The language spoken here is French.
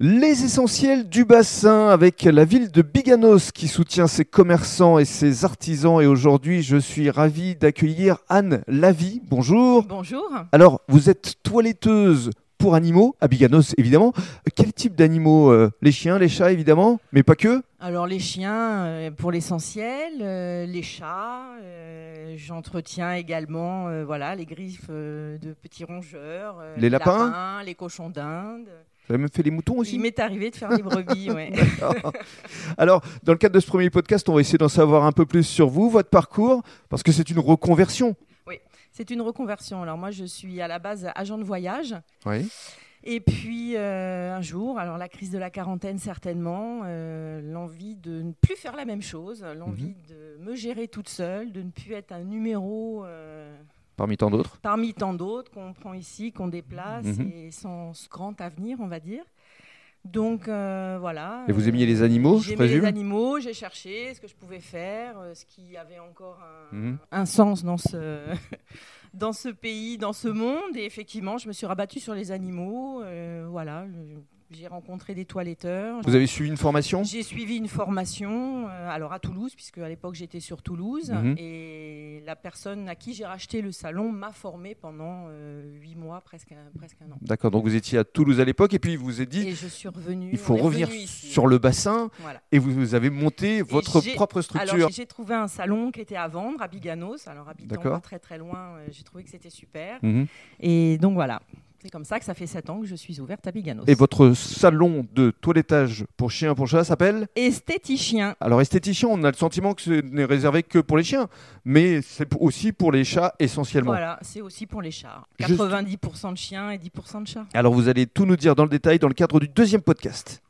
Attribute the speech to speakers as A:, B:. A: Les essentiels du bassin avec la ville de Biganos qui soutient ses commerçants et ses artisans. Et aujourd'hui, je suis ravi d'accueillir Anne Lavie. Bonjour.
B: Bonjour.
A: Alors, vous êtes toiletteuse pour animaux, à Biganos évidemment. Quel type d'animaux euh, Les chiens, les chats évidemment, mais pas que
B: Alors les chiens, euh, pour l'essentiel, euh, les chats, euh, j'entretiens également euh, voilà, les griffes euh, de petits rongeurs, euh,
A: Les lapins
B: les cochons d'Inde.
A: Vous avez même fait les moutons aussi
B: Il m'est arrivé de faire des brebis, ouais.
A: Alors, dans le cadre de ce premier podcast, on va essayer d'en savoir un peu plus sur vous, votre parcours, parce que c'est une reconversion.
B: C'est une reconversion. Alors moi, je suis à la base agent de voyage.
A: Oui.
B: Et puis euh, un jour, alors la crise de la quarantaine certainement, euh, l'envie de ne plus faire la même chose,
A: Mhm.
B: l'envie de me gérer toute seule, de ne plus être un numéro euh,
A: Parmi tant d'autres.
B: parmi tant d'autres qu'on prend ici, qu'on déplace,
A: Mhm.
B: et sans ce grand avenir, on va dire. Donc euh, voilà.
A: Et vous
B: euh,
A: aimiez les animaux, je
B: J'aimais les
A: présume
B: animaux, j'ai cherché ce que je pouvais faire, euh, ce qui avait encore un,
A: Mhm.
B: un sens dans ce, dans ce pays, dans ce monde. Et effectivement, je me suis rabattue sur les animaux. euh, voilà, je- j'ai rencontré des toiletteurs.
A: Vous avez suivi une formation
B: J'ai suivi une formation, euh, alors à Toulouse, puisque à l'époque j'étais sur Toulouse,
A: Mhm.
B: et la personne à qui j'ai racheté le salon m'a formée pendant euh, huit mois, presque un, presque un an.
A: D'accord, donc vous étiez à Toulouse à l'époque et puis vous vous êtes dit,
B: Et je suis revenue.
A: il faut revenir sur le bassin et vous, vous avez monté votre
B: j'ai-
A: propre structure.
B: Alors j'ai trouvé un salon qui était à vendre à Biganos, alors habitant
A: D'accord.
B: pas très très loin, euh, j'ai trouvé que c'était super.
A: Mhm.
B: Et donc voilà, c'est comme ça que ça fait sept ans que je suis ouverte à Biganos.
A: Et votre salon de toilettage pour chiens, pour chats s'appelle
B: Esthéticien.
A: Alors esthéticien, on a le sentiment que ce n'est réservé que pour les chiens, mais c'est p- aussi pour les chats essentiellement.
B: Voilà, c'est aussi pour les chats.
A: Juste-
B: 90% de chiens et 10% de chats.
A: Alors vous allez tout nous dire dans le détail dans le cadre du deuxième podcast.